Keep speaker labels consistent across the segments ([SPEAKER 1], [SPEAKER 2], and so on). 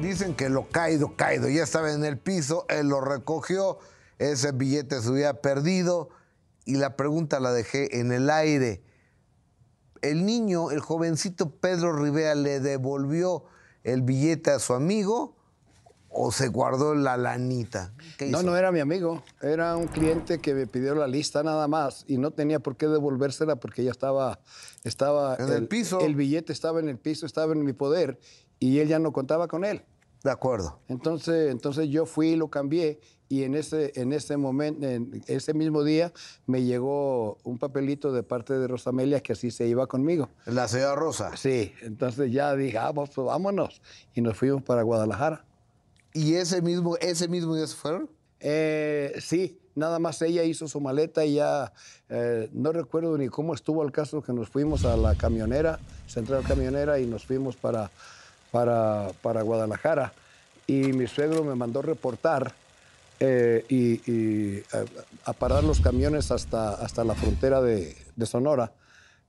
[SPEAKER 1] Dicen que lo caído, caído, ya estaba en el piso, él lo recogió, ese billete se hubiera perdido y la pregunta la dejé en el aire. El niño, el jovencito Pedro Rivera, le devolvió el billete a su amigo o se guardó la lanita? ¿Qué
[SPEAKER 2] No, eh.
[SPEAKER 1] hizo?
[SPEAKER 2] no era mi amigo, era un cliente que me pidió la lista nada más y no tenía por qué devolvérsela porque ya estaba, estaba
[SPEAKER 1] En el piso.
[SPEAKER 2] el billete estaba en el piso, estaba en mi poder y él ya no contaba con él.
[SPEAKER 1] De acuerdo.
[SPEAKER 2] Entonces, entonces yo fui y lo cambié y en ese, en ese momento, en ese mismo día me llegó un papelito de parte de Rosamelia que así se iba conmigo.
[SPEAKER 1] La señora Rosa.
[SPEAKER 2] Sí, entonces ya dije, ah, pues, pues, vámonos y nos fuimos para Guadalajara.
[SPEAKER 1] ¿Y ese mismo, ese mismo día se fueron?
[SPEAKER 2] Eh, sí, nada más ella hizo su maleta y ya eh, no recuerdo ni cómo estuvo el caso que nos fuimos a la camionera, central camionera, y nos fuimos para, para, para Guadalajara. Y mi suegro me mandó reportar eh, y, y a, a parar los camiones hasta, hasta la frontera de, de Sonora,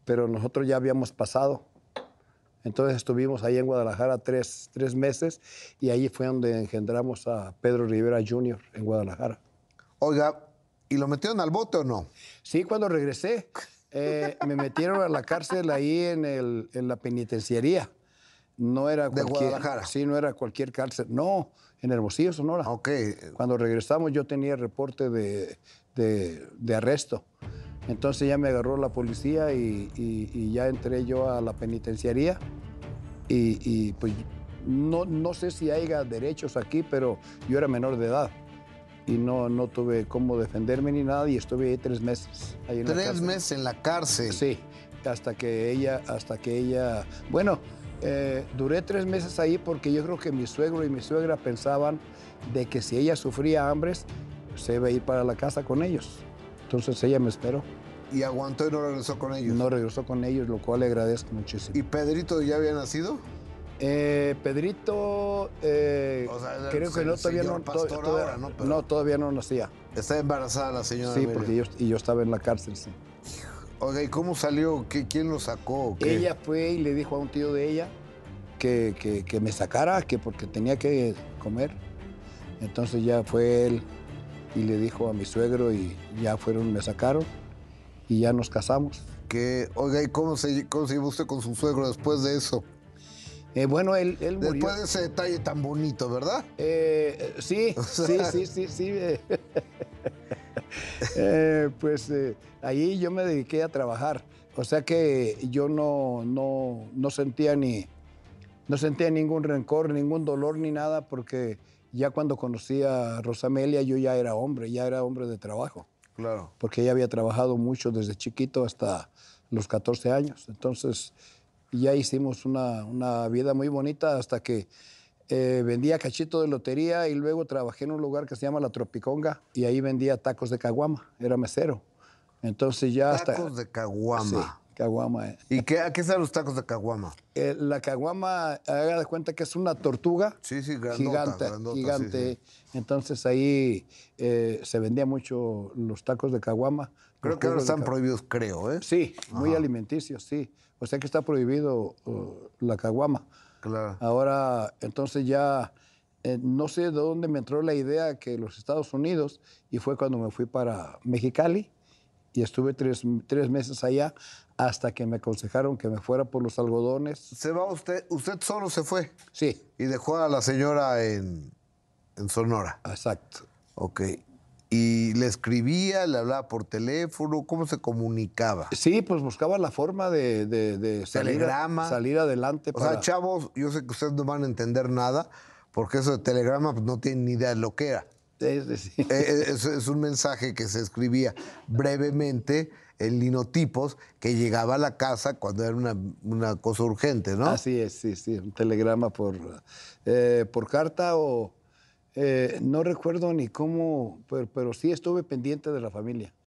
[SPEAKER 2] pero nosotros ya habíamos pasado. Entonces estuvimos ahí en Guadalajara tres, tres meses y ahí fue donde engendramos a Pedro Rivera Jr. en Guadalajara.
[SPEAKER 1] Oiga, ¿y lo metieron al bote o no?
[SPEAKER 2] Sí, cuando regresé, eh, me metieron a la cárcel ahí en, el- en la penitenciaría. No era
[SPEAKER 1] De
[SPEAKER 2] cualquier,
[SPEAKER 1] Guadalajara.
[SPEAKER 2] Sí, no era cualquier cárcel. No, en Hermosillo, Sonora.
[SPEAKER 1] Ok.
[SPEAKER 2] Cuando regresamos yo tenía reporte de, de- de arresto. Entonces ya me agarró la policía y, y- y ya entré yo a la penitenciaría. Y, y, pues no, no sé si haya derechos aquí, pero yo era menor de edad. Y no, no tuve cómo defenderme ni nada y estuve ahí tres meses. ahí en la
[SPEAKER 1] Tres
[SPEAKER 2] cárcel.
[SPEAKER 1] meses en la cárcel.
[SPEAKER 2] Sí, hasta que ella, hasta que ella, bueno, eh, duré tres meses ahí porque yo creo que mi suegro y mi suegra pensaban de que si ella sufría hambres, se iba a ir para la casa con ellos. Entonces ella me esperó,
[SPEAKER 1] Y aguantó y no regresó con ellos.
[SPEAKER 2] no regresó con ellos, lo cual le agradezco muchísimo.
[SPEAKER 1] ¿Y Pedrito ya había nacido?
[SPEAKER 2] Eh, Pedrito, eh,
[SPEAKER 1] O sea, era
[SPEAKER 2] creo que
[SPEAKER 1] el
[SPEAKER 2] no todavía
[SPEAKER 1] señor
[SPEAKER 2] no, to-
[SPEAKER 1] pastor
[SPEAKER 2] todavía-
[SPEAKER 1] ahora, ¿no? Pero-
[SPEAKER 2] no, todavía no nacía.
[SPEAKER 1] Está embarazada la señora.
[SPEAKER 2] Sí,
[SPEAKER 1] Amelia.
[SPEAKER 2] porque yo, y yo estaba en la cárcel, sí.
[SPEAKER 1] Oiga, ¿y cómo salió? ¿Qué- ¿Quién lo sacó? o qué?
[SPEAKER 2] Ella fue y le dijo a un tío de ella que, que- que me sacara, que porque tenía que comer. Entonces ya fue él y le dijo a mi suegro y ya fueron, me sacaron y ya nos casamos.
[SPEAKER 1] Que, oiga, ¿y cómo se, cómo se llevó usted con su suegro después de eso?
[SPEAKER 2] Eh, bueno, él, él murió.
[SPEAKER 1] Después de ese detalle tan bonito, ¿verdad?
[SPEAKER 2] Eh, eh, sí, sí, sí, sí, sí. eh. Eh, pues eh, ahí yo me dediqué a trabajar. O sea que yo no, no, no sentía ni no sentía ningún rencor, ningún dolor ni nada, porque ya cuando conocí a Rosamelia yo ya era hombre, ya era hombre de trabajo,
[SPEAKER 1] Claro.
[SPEAKER 2] porque ella había trabajado mucho desde chiquito hasta los 14 años. Entonces ya hicimos una, una vida muy bonita hasta que eh, vendía cachito de lotería y luego trabajé en un lugar que se llama La Tropiconga y ahí vendía tacos de caguama, era mesero. Entonces ya hasta...
[SPEAKER 1] Tacos de
[SPEAKER 2] Sí,
[SPEAKER 1] caguama.
[SPEAKER 2] caguama. eh.
[SPEAKER 1] ¿Y qué, a qué saben los tacos de caguama?
[SPEAKER 2] Eh, la caguama, haga de cuenta que es una tortuga
[SPEAKER 1] Sí, sí, grandota,
[SPEAKER 2] gigante,
[SPEAKER 1] grandota,
[SPEAKER 2] gigante.
[SPEAKER 1] sí,
[SPEAKER 2] Entonces ahí eh, se vendía mucho los tacos de caguama.
[SPEAKER 1] Creo
[SPEAKER 2] los
[SPEAKER 1] que ahora
[SPEAKER 2] jugos de
[SPEAKER 1] están
[SPEAKER 2] ca-
[SPEAKER 1] prohibidos, creo, ¿eh?
[SPEAKER 2] Sí, muy alimenticios, sí. O sea que está prohibido uh, la caguama.
[SPEAKER 1] Claro.
[SPEAKER 2] Ahora, entonces ya eh, no sé de dónde me entró la idea que los Estados Unidos, y fue cuando me fui para Mexicali y estuve tres, tres meses allá hasta que me aconsejaron que me fuera por los algodones.
[SPEAKER 1] Se va usted, usted solo se fue
[SPEAKER 2] Sí,
[SPEAKER 1] y dejó a la señora en, en Sonora.
[SPEAKER 2] exacto.
[SPEAKER 1] Ok. Y le escribía, le hablaba por teléfono, ¿cómo se comunicaba?
[SPEAKER 2] Sí, pues buscaba la forma de, de- de salir, a-
[SPEAKER 1] Telegrama.
[SPEAKER 2] salir adelante.
[SPEAKER 1] O
[SPEAKER 2] para-
[SPEAKER 1] sea, chavos, yo sé que ustedes no van a entender nada, porque eso de telegrama pues, no tienen ni idea de lo que era.
[SPEAKER 2] Es decir,
[SPEAKER 1] Eh, eh, Es, es un mensaje que se escribía brevemente en linotipos que llegaba a la casa cuando era una, una cosa urgente, ¿no?
[SPEAKER 2] Así es, sí, sí, un telegrama por, eh, por carta o eh, no recuerdo ni cómo, pero, pero sí estuve pendiente de la familia.